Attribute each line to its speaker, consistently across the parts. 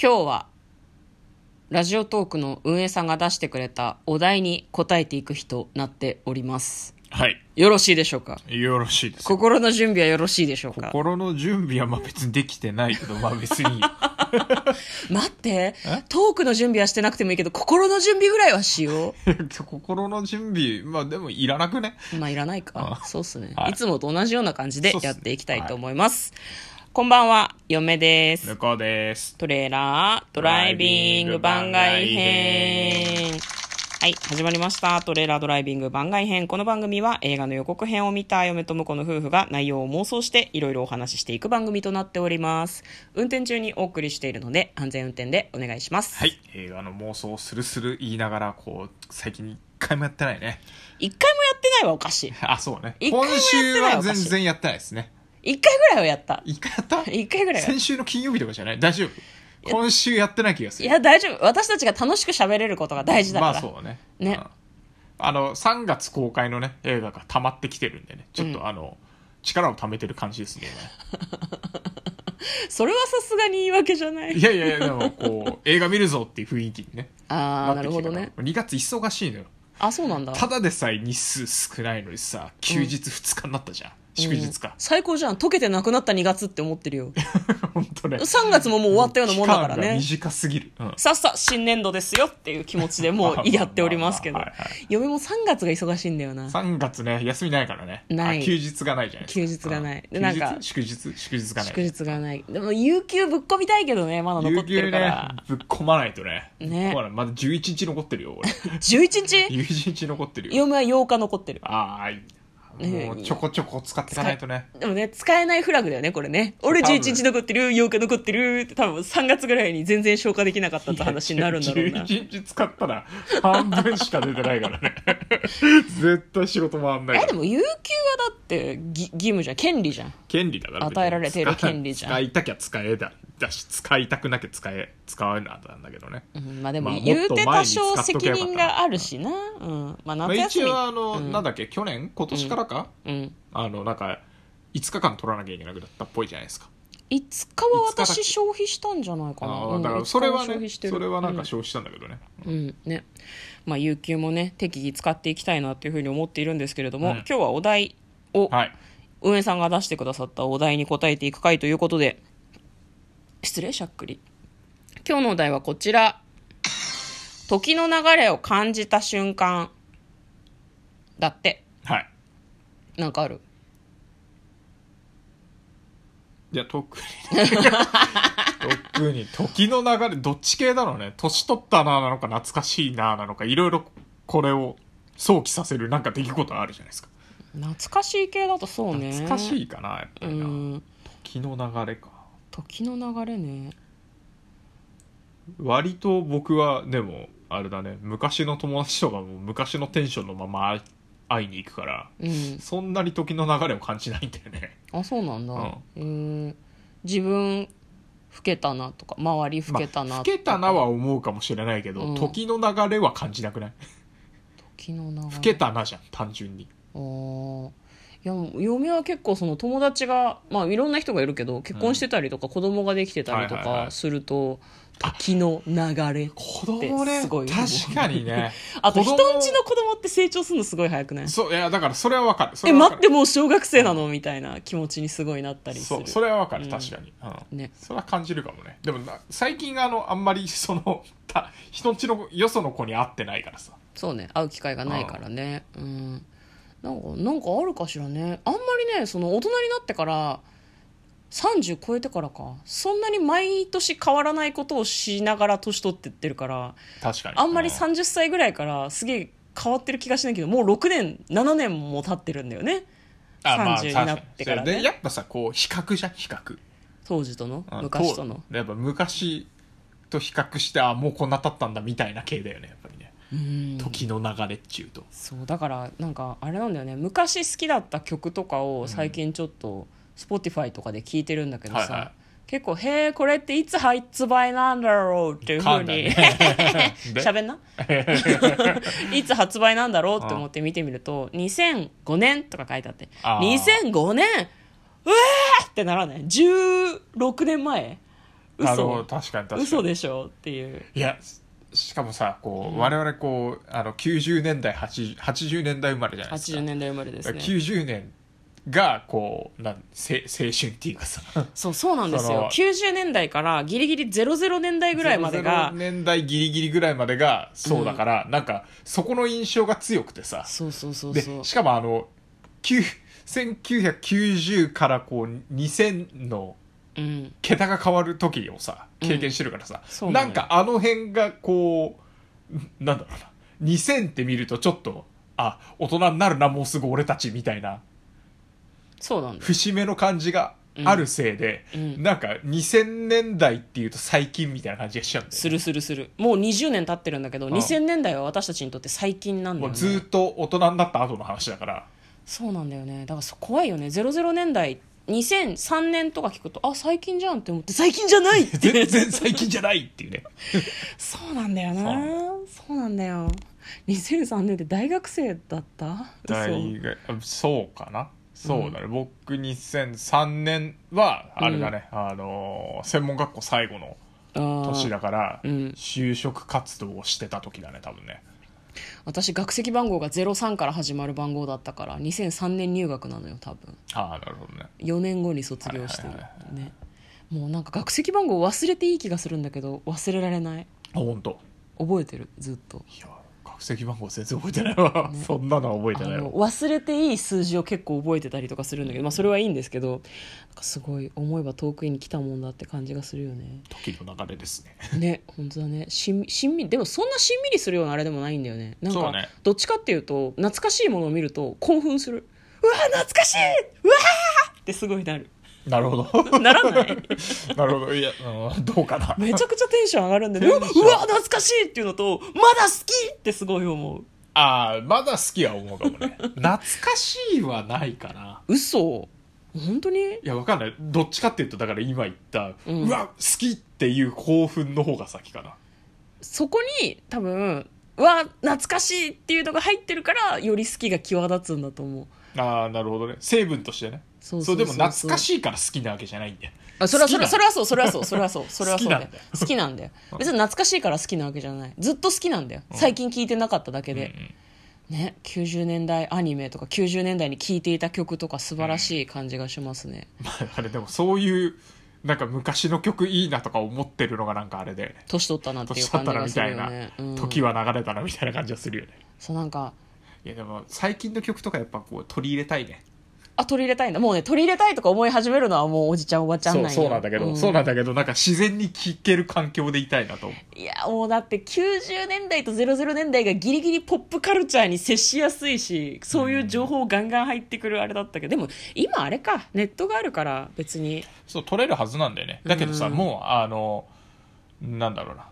Speaker 1: 今日はラジオトークの運営さんが出してくれたお題に答えていく日となっております
Speaker 2: はい。
Speaker 1: よろしいでしょうか
Speaker 2: よろしいですよ。
Speaker 1: 心の準備はよろしいでしょうか
Speaker 2: 心の準備はまあ別にできてないけど、まあ別 に。
Speaker 1: 待って
Speaker 2: え
Speaker 1: トークの準備はしてなくてもいいけど心の準備ぐらいはしよ
Speaker 2: 心の準備、まあでもいらなくね。
Speaker 1: うまあいらないか
Speaker 2: あ
Speaker 1: そうっすね、、
Speaker 2: はいい
Speaker 1: つもと同じような感じで
Speaker 2: そうっすね
Speaker 1: やっていきたいと思いますこんばんは嫁です
Speaker 2: 向こうです。
Speaker 1: トレーラードライビング番外編。はい、始まりました。トレーラードライビング番外編。この番組は映画の予告編を見た嫁と婿の夫婦が内容を妄想していろいろお話ししていく番組となっております。運転中にお送りしているので安全運転でお願いします。
Speaker 2: はい。映画の妄想をスルスル言いながら、こう、最近一回もやってないね。
Speaker 1: 一回もやってないはおかしい。
Speaker 2: あ、そうね。
Speaker 1: 一回もやって
Speaker 2: 今
Speaker 1: ない
Speaker 2: 週は全
Speaker 1: 私
Speaker 2: 然やってないですね。
Speaker 1: 一回ぐらいはやった。
Speaker 2: 一回やった
Speaker 1: 一回ぐらいは。
Speaker 2: 先週の金曜日とかじゃない大丈夫今週やってない気がす
Speaker 1: い
Speaker 2: る。
Speaker 1: や、大丈夫。私たちが楽しく喋れることが大事だから。
Speaker 2: まあそうね。
Speaker 1: ね
Speaker 2: うんあの、3月公開のね、映画が溜まってきてるんでね。ちょっとあの、力を溜めてる感じですね。今ね
Speaker 1: それはさすがに言い訳じゃない。
Speaker 2: いやいやいや、でもこう、映画見るぞっていう雰囲気にね。
Speaker 1: あー、な
Speaker 2: って
Speaker 1: る
Speaker 2: き
Speaker 1: ほ
Speaker 2: てか
Speaker 1: ど
Speaker 2: ら
Speaker 1: ね。。
Speaker 2: 2月忙しいのよ。
Speaker 1: あ、そうなんだ。
Speaker 2: ただでさえ日数少ないのにさ、休日2日になったじゃん。祝日
Speaker 1: うん
Speaker 2: か。
Speaker 1: 最高じゃん溶けてなくなった2月って思ってるよ
Speaker 2: 本当ね。
Speaker 1: 3月ももう終わったようなもんだから
Speaker 2: 期間が
Speaker 1: ね
Speaker 2: 短すぎる。うん
Speaker 1: さっさ新年度ですよっていう気持ちでも
Speaker 2: まあ
Speaker 1: うやっておりますけど
Speaker 2: まあまあはいは
Speaker 1: 嫁も3月が忙しいんだよな
Speaker 2: 3月ね、休みないからね。
Speaker 1: ない
Speaker 2: あ休日がないじゃないですか。
Speaker 1: 休日がない
Speaker 2: うん
Speaker 1: でなんか
Speaker 2: 休日祝日祝日がない。
Speaker 1: 祝日がないでも有給ぶっ込みたいけどねまだ残
Speaker 2: 有
Speaker 1: って
Speaker 2: 給
Speaker 1: るか
Speaker 2: ね
Speaker 1: ら、、
Speaker 2: ぶっ込まないとね。
Speaker 1: ね
Speaker 2: ぶっ込まないまだ11日残ってるよ、 俺。
Speaker 1: 11日
Speaker 2: 11日残ってるよ。
Speaker 1: 嫁は8日残ってる
Speaker 2: ああ、いい
Speaker 1: ね
Speaker 2: もうちょこちょこ使っていかないとね。
Speaker 1: でもね使えないフラグだよねこれね俺
Speaker 2: 多分
Speaker 1: 11日残ってる8日残ってるって多分3月ぐらいに全然消化できなかったって話になるんだ ろうな
Speaker 2: 11日使ったら半分しか出てないからね 絶対仕事回んない
Speaker 1: え
Speaker 2: か
Speaker 1: で
Speaker 2: ら
Speaker 1: も有給はだってぎ義務じゃん権利じゃん
Speaker 2: 権利だから
Speaker 1: 与えられてる権利じゃん
Speaker 2: 使いたきゃ使えだだし使いたくなきゃ使え使わななんだけどね、
Speaker 1: うんまあでも
Speaker 2: まあ
Speaker 1: 言うて
Speaker 2: もっと前
Speaker 1: 多
Speaker 2: に使
Speaker 1: 少
Speaker 2: っと
Speaker 1: 責
Speaker 2: けばよかったな
Speaker 1: 任があるしな、うん、まあ
Speaker 2: まあ、
Speaker 1: 夏休
Speaker 2: 一
Speaker 1: み、
Speaker 2: 応あの、なんだっけ去年今年からか、
Speaker 1: うん、
Speaker 2: あのなんか5日間取らなきゃいけなくなったっぽいじゃないですか
Speaker 1: 5日はい
Speaker 2: つかだっ
Speaker 1: 私
Speaker 2: け
Speaker 1: 消費したんじゃないかな、
Speaker 2: あ
Speaker 1: う
Speaker 2: あ
Speaker 1: ん
Speaker 2: だからそれは
Speaker 1: 5日消
Speaker 2: ね
Speaker 1: 費してる
Speaker 2: それはなんか
Speaker 1: うん
Speaker 2: 消費したんだけどね、
Speaker 1: うんねまあ有給もね適宜使っていきたいなというふうに思っているんですけれども、
Speaker 2: うん
Speaker 1: 今日はお題を
Speaker 2: はい
Speaker 1: 運営さんが出してくださったお題に答えていく回ということで失礼しゃっくり今日のお題はこちら時の流れを感じた瞬間だって
Speaker 2: はい
Speaker 1: なんかある
Speaker 2: いや特に特に時の流れどっち系だろうね年取ったななのか懐かしいななのかいろいろこれを想起させるなんか出来事あるじゃないですか
Speaker 1: 懐かしい系だとそうね
Speaker 2: 懐かし
Speaker 1: い
Speaker 2: いかなやっぱ
Speaker 1: う
Speaker 2: りな、
Speaker 1: ん
Speaker 2: 時の流れか
Speaker 1: 時の流れね
Speaker 2: 割と僕はでもあれだね昔の友達とかも昔のテンションのまま会いに行くから
Speaker 1: うん
Speaker 2: そんなに時の流れを感じないんだよね
Speaker 1: あそうなんだ、
Speaker 2: うん
Speaker 1: えー自分老けたなとか周り老けた
Speaker 2: ま
Speaker 1: な
Speaker 2: あ老
Speaker 1: とか、
Speaker 2: けたなは思うかもしれないけど、
Speaker 1: うん
Speaker 2: 時の流れは感じなくない
Speaker 1: 時の流れ
Speaker 2: 老けたなじゃん単純に
Speaker 1: あーいや嫁は結構その友達がまあいろんな人がいるけど結婚してたりとか子供ができてたりと
Speaker 2: はいはいは
Speaker 1: か
Speaker 2: い
Speaker 1: すると、時の流れ
Speaker 2: 子供
Speaker 1: って
Speaker 2: ね
Speaker 1: すごい
Speaker 2: 確かにね
Speaker 1: あと
Speaker 2: 子
Speaker 1: 人ん
Speaker 2: 供
Speaker 1: ちの子供って成長するのすごい早くない
Speaker 2: そういやだからそれはわかるそ
Speaker 1: え
Speaker 2: れはわ
Speaker 1: 待
Speaker 2: か
Speaker 1: っ
Speaker 2: る
Speaker 1: てもう小学生なのみたいな気持ちにすごいなったりす
Speaker 2: そ
Speaker 1: る
Speaker 2: うそれはわかる
Speaker 1: うん
Speaker 2: 確かに、うん
Speaker 1: ね
Speaker 2: それは感じるかもねでもな最近あのあんまりそのた人んちのよその子に会ってないからさ
Speaker 1: そうね会う機会がないからねうんなんかなんかあるかしらねあんまりねその大人になってから30超えてからかそんなに毎年変わらないことをしながら年取ってってるから
Speaker 2: 確かに
Speaker 1: あんまり
Speaker 2: う
Speaker 1: 30歳ぐらいからすげえ変わってる気がしないけどもう6年7年も経ってるんだよね
Speaker 2: あまあ
Speaker 1: 30になってからね
Speaker 2: 確にそれでやっぱさこう比較じゃん比較
Speaker 1: 当時との
Speaker 2: うん
Speaker 1: 昔との
Speaker 2: うやっぱ昔と比較してあもうこんな経ったんだみたいな系だよねやっぱりね
Speaker 1: うん
Speaker 2: 時の流れっちゅうと、
Speaker 1: そうだからなんかあれなんだよね昔好きだった曲とかを最近ちょっと Spotify とかで聴いてるんだけどさ、
Speaker 2: はいはい
Speaker 1: 結構「へえこれっていつ発売なんだろう?」っていうふ
Speaker 2: 噛
Speaker 1: うん
Speaker 2: だ
Speaker 1: に
Speaker 2: ね で
Speaker 1: 喋んないつ発売なんだろうって思って見てみると2005年とか書いてあって
Speaker 2: あー
Speaker 1: 2005年うわーってならない16年前
Speaker 2: なるほ
Speaker 1: 嘘
Speaker 2: ど確かに確かに
Speaker 1: 嘘でしょっていう
Speaker 2: いやししかもさこう、我々こうあの90年代 80, 80年代生まれじゃないですか
Speaker 1: 80年代生まれですね
Speaker 2: 90年がこうなんせ青春っていうかさ
Speaker 1: そうそうなんですよ
Speaker 2: そ
Speaker 1: 90年代からギリギリ00年代ぐらいまでが
Speaker 2: 00年代ギリギリぐらいまでがそうだから、なんかそこの印象が強くてさ
Speaker 1: そうそうそう
Speaker 2: で
Speaker 1: そう
Speaker 2: しかもあの9 1990からこう2000の
Speaker 1: うん
Speaker 2: 桁が変わる時をさ経験してるからさ、
Speaker 1: そうな
Speaker 2: な
Speaker 1: のよ
Speaker 2: んかあの辺がこうなんだろうな2000って見るとちょっとあ大人になるなもうすぐ俺たちみたいな
Speaker 1: そうなんです
Speaker 2: 節目の感じがあるせいで、
Speaker 1: うん
Speaker 2: なんか2000年代っていうと最近みたいな感じがしちゃうんだよね
Speaker 1: するするするもう20年経ってるんだけど
Speaker 2: ん
Speaker 1: 2000年代は私たちにとって最近なんだよ
Speaker 2: もう
Speaker 1: ね
Speaker 2: ずーっと大人になった後の話だから
Speaker 1: そうなんだよねだからそ怖いよね00年代2003年とか聞くとあ最近じゃんって思って最近じゃないって
Speaker 2: 全然最近じゃないっていうね
Speaker 1: そうなんだよなそうなんだよ2003年って大学生だった嘘
Speaker 2: 大学そうかなそうだね、僕2003年はあれだね、あのー専門学校最後の
Speaker 1: あ
Speaker 2: 年
Speaker 1: ー
Speaker 2: だから、
Speaker 1: うん
Speaker 2: 就職活動をしてた時だね多分ね
Speaker 1: 私学籍番号が03から始まる番号だったから2003年入学なのよ多分
Speaker 2: ああなるほどね
Speaker 1: 4年後に卒業してる
Speaker 2: はいは
Speaker 1: ねもうなんか学籍番号忘れていい気がするんだけど忘れられない
Speaker 2: あ本当。
Speaker 1: 覚えてるずっと
Speaker 2: いや学籍番号全然覚えてないわ、そんなのは覚えてない
Speaker 1: あ
Speaker 2: わ
Speaker 1: の忘れていい数字を結構覚えてたりとかするんだけど、まあ、それはいいんですけどなんかすごい思えば遠くに来たもんだって感じがするよ ね
Speaker 2: 時の流れですね
Speaker 1: ね本当だねしんしんみでもそんなしんみりするようなあれでもないんだよねなん
Speaker 2: そ
Speaker 1: か、
Speaker 2: うね
Speaker 1: どっちかっていうと懐かしいものを見ると興奮するうわ懐かしいうわーってすごいなる
Speaker 2: なるほど
Speaker 1: ならない
Speaker 2: なるほどいやうんどうかな
Speaker 1: めちゃくちゃテンション上がるんだよねう
Speaker 2: テ
Speaker 1: わ
Speaker 2: ンション
Speaker 1: うわ懐かしいっていうのとまだ好きってすごい思う
Speaker 2: ああまだ好きは思うかもね懐かしいはないかな
Speaker 1: 嘘本当に
Speaker 2: いやわかんないどっちかっていうとだから今言った、
Speaker 1: う
Speaker 2: うんわ好きっていう興奮の方が先かな
Speaker 1: そこに多分うわ懐かしいっていうのが入ってるからより好きが際立つんだと思う
Speaker 2: ああなるほどね成分としてね
Speaker 1: そ
Speaker 2: そうう
Speaker 1: そうそう
Speaker 2: でも懐かしいから好きなわけじゃないんだよ
Speaker 1: あそれはそれ
Speaker 2: 好
Speaker 1: は
Speaker 2: き
Speaker 1: それ
Speaker 2: な
Speaker 1: はそうそれはそうそれは そうそれはそうだよ好きなんだよ別に懐かしいから好きなわけじゃないずっと好きなんだよ最近聞いてなかっただけで、ね90年代アニメとか90年代に聴いていた曲とか素晴らしい感じがしますね、
Speaker 2: ま ああれでもそういうなんか昔の曲いいなとか思ってるのがなんかあれだよね
Speaker 1: 年取ったなってい
Speaker 2: 年
Speaker 1: う
Speaker 2: 取
Speaker 1: 感
Speaker 2: っ
Speaker 1: じ
Speaker 2: たら
Speaker 1: が
Speaker 2: み
Speaker 1: す
Speaker 2: た
Speaker 1: る
Speaker 2: い
Speaker 1: よ
Speaker 2: な、
Speaker 1: ね、うん、
Speaker 2: 時は流れたらみたいな感じがするよね
Speaker 1: そうなんか
Speaker 2: いやでも最近の曲とかやっぱこう取り入れたいね
Speaker 1: あ取り入れたいんだもうね取り入れたいとか思い始めるのはもうおじちゃんおばちゃん
Speaker 2: そ
Speaker 1: な
Speaker 2: うん
Speaker 1: よ
Speaker 2: そうなんだけど、
Speaker 1: ん
Speaker 2: そうなんだけどなんか自然に聴ける環境でいたいなと思う
Speaker 1: いやもうだって90年代と00年代がギリギリポップカルチャーに接しやすいしそういう情報ガンガン入ってくるあれだったけどでも今あれかネットがあるから別に
Speaker 2: そう取れるはずなんだよねだけどさ、
Speaker 1: うん
Speaker 2: もうあのなんだろうな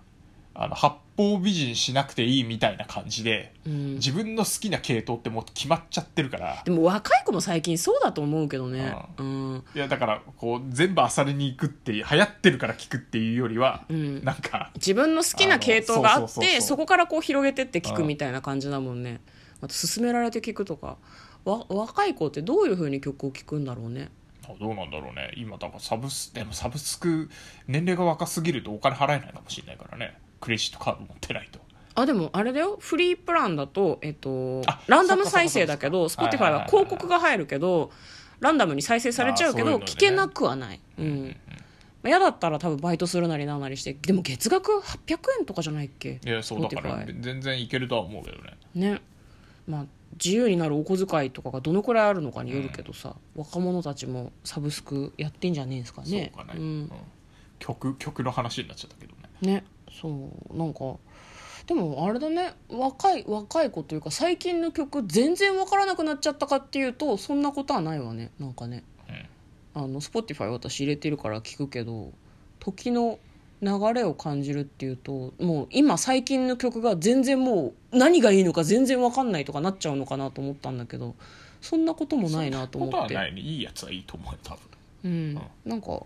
Speaker 2: あの八方美人しなくていいみたいな感じで、
Speaker 1: うん
Speaker 2: 自分の好きな系統ってもう決まっちゃってるから
Speaker 1: でも若い子も最近そうだと思うけどねうん
Speaker 2: いやだからこう全部あさりに行くって流行ってるから聞くっていうよりは、
Speaker 1: ん
Speaker 2: なんか
Speaker 1: 自分の好きな系統があ
Speaker 2: あの
Speaker 1: っ
Speaker 2: そうそうそうそ
Speaker 1: て
Speaker 2: う
Speaker 1: そこからこう広げてって聞くみたいな感じだもんねあと勧められて聞くとかわ若い子ってどういうふうに曲を聞くんだろうね
Speaker 2: どうなんだろうね今だからサブスでもサブスク年齢が若すぎるとお金払えないかもしれないからねクレジットカード持ってないと
Speaker 1: あでもあれだよフリープランだと、えっと
Speaker 2: あ、
Speaker 1: ランダム再生だけど
Speaker 2: そっかそ
Speaker 1: Spotify
Speaker 2: っかそっか
Speaker 1: は広告が入るけどランダムに再生されちゃうけ
Speaker 2: あー
Speaker 1: ど
Speaker 2: そういうのね
Speaker 1: 聞けなくはない、うんまあ、嫌だったら多分バイトするなりなんなりしてでも月額800円とかじゃないっけ
Speaker 2: いやそうだから全然いけるとは思うけどね
Speaker 1: ねまあ自由になるお小遣いとかがどのくらいあるのかによるけどさ、若者たちもサブスクやってんじゃねえですかね
Speaker 2: そうかね、
Speaker 1: ん
Speaker 2: うん曲曲の話になっちゃったけどね
Speaker 1: ねそうなんかでもあれだね若い若い子というか最近の曲全然わからなくなっちゃったかっていうとそんなことはないわねなんかね、あの Spotify 私入れてるから聞くけど時の流れを感じるっていうともう今最近の曲が全然もう何がいいのか全然わかんないとかなっちゃうのかなと思ったんだけどそんなこともないなと思って
Speaker 2: そんなことはないねいいやつはいいと思うよ多分
Speaker 1: うん、なんか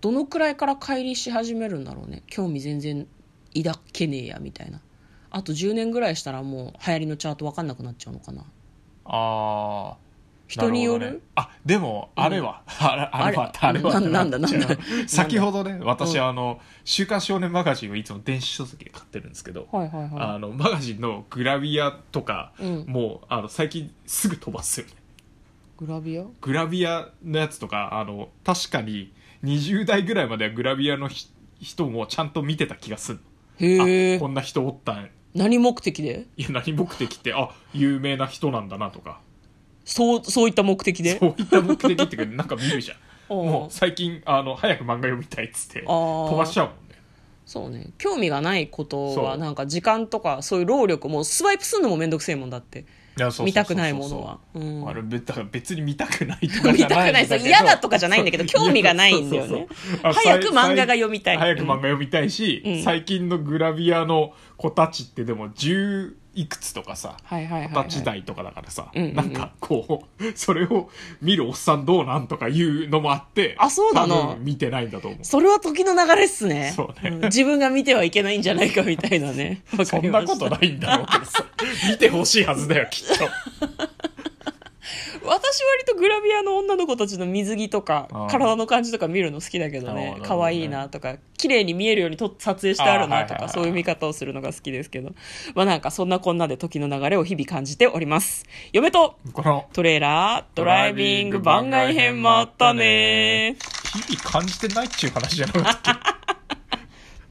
Speaker 1: どのくらいから乖離し始めるんだろうね興味全然抱けねえやみたいなあと10年ぐらいしたらもう流行りのチャート分かんなくなっちゃうのかな
Speaker 2: あ
Speaker 1: 人によ
Speaker 2: な
Speaker 1: る
Speaker 2: ほどねあでもあれは、あれあれは
Speaker 1: あ
Speaker 2: あ
Speaker 1: れ
Speaker 2: れは
Speaker 1: ななんだなんだ
Speaker 2: 違
Speaker 1: な
Speaker 2: う
Speaker 1: んだ
Speaker 2: 先ほどね私、
Speaker 1: う
Speaker 2: あの「週刊少年マガジン」をいつも電子書籍で買ってるんですけど、
Speaker 1: はいはいは
Speaker 2: あのマガジンのグラビアとか、
Speaker 1: うん
Speaker 2: もうあの最近すぐ飛ばすよね
Speaker 1: いグラビア
Speaker 2: グラビアのやつとかあの確かに20代ぐらいまではグラビアのひ人もちゃんと見てた気がする
Speaker 1: へ
Speaker 2: あ
Speaker 1: え
Speaker 2: こんな人おったん
Speaker 1: 何目的で
Speaker 2: いや何目的ってあ有名な人なんだなとか
Speaker 1: そうそういった目的で
Speaker 2: そういった目的 っていうかなんか見るじゃん
Speaker 1: うん
Speaker 2: もう最近あの早く漫画読みたいっつって
Speaker 1: あー
Speaker 2: 飛ばしちゃうもんね
Speaker 1: そうね興味がないこと
Speaker 2: そ
Speaker 1: は
Speaker 2: う
Speaker 1: なんか時間とかそういう労力もスワイプするのも面倒くせえもんだって
Speaker 2: いやそうそうそうそう
Speaker 1: 見たくないものはうん
Speaker 2: あれべだから別に見たくないと か
Speaker 1: 見
Speaker 2: じ
Speaker 1: た
Speaker 2: ゃ
Speaker 1: く
Speaker 2: ないん
Speaker 1: な
Speaker 2: だ
Speaker 1: い
Speaker 2: けど
Speaker 1: そう嫌だとかじゃないんだけど興味がないんだよね早く漫画が読みたい
Speaker 2: 早く漫画読みたいし、
Speaker 1: うん
Speaker 2: 最近のグラビアの子たちってでも10いくつとかさ
Speaker 1: はいはいはい
Speaker 2: 二
Speaker 1: は
Speaker 2: 十歳
Speaker 1: い
Speaker 2: 代とかだからさ、
Speaker 1: うんうんうん
Speaker 2: なんかこう それを見るおっさんどうなんとかいうのもあって
Speaker 1: あそうなの
Speaker 2: 多分見てないんだと思う
Speaker 1: それは時の流れっすね
Speaker 2: そうね
Speaker 1: ん自分が見てはいけないんじゃないかみたいなねわか
Speaker 2: そ
Speaker 1: り
Speaker 2: ん
Speaker 1: ま
Speaker 2: な
Speaker 1: した
Speaker 2: ことないんだろうけど さ見てほしいはずだよきっと
Speaker 1: 私割とグラビアの女の子たちの水着とか
Speaker 2: あー
Speaker 1: 体の感じとか見るの好きだけど
Speaker 2: あーなるほ
Speaker 1: ね
Speaker 2: どね
Speaker 1: 可愛、いなとか綺麗に見えるようにと撮影してあるなと
Speaker 2: あーはいはいは
Speaker 1: か
Speaker 2: い
Speaker 1: そういう見方をするのが好きですけどまあなんかそんなこんなで時の流れを日々感じております嫁と
Speaker 2: この
Speaker 1: トレーラードライビング番外編もあったね
Speaker 2: 日々感じてないっていう話じゃなかったっけ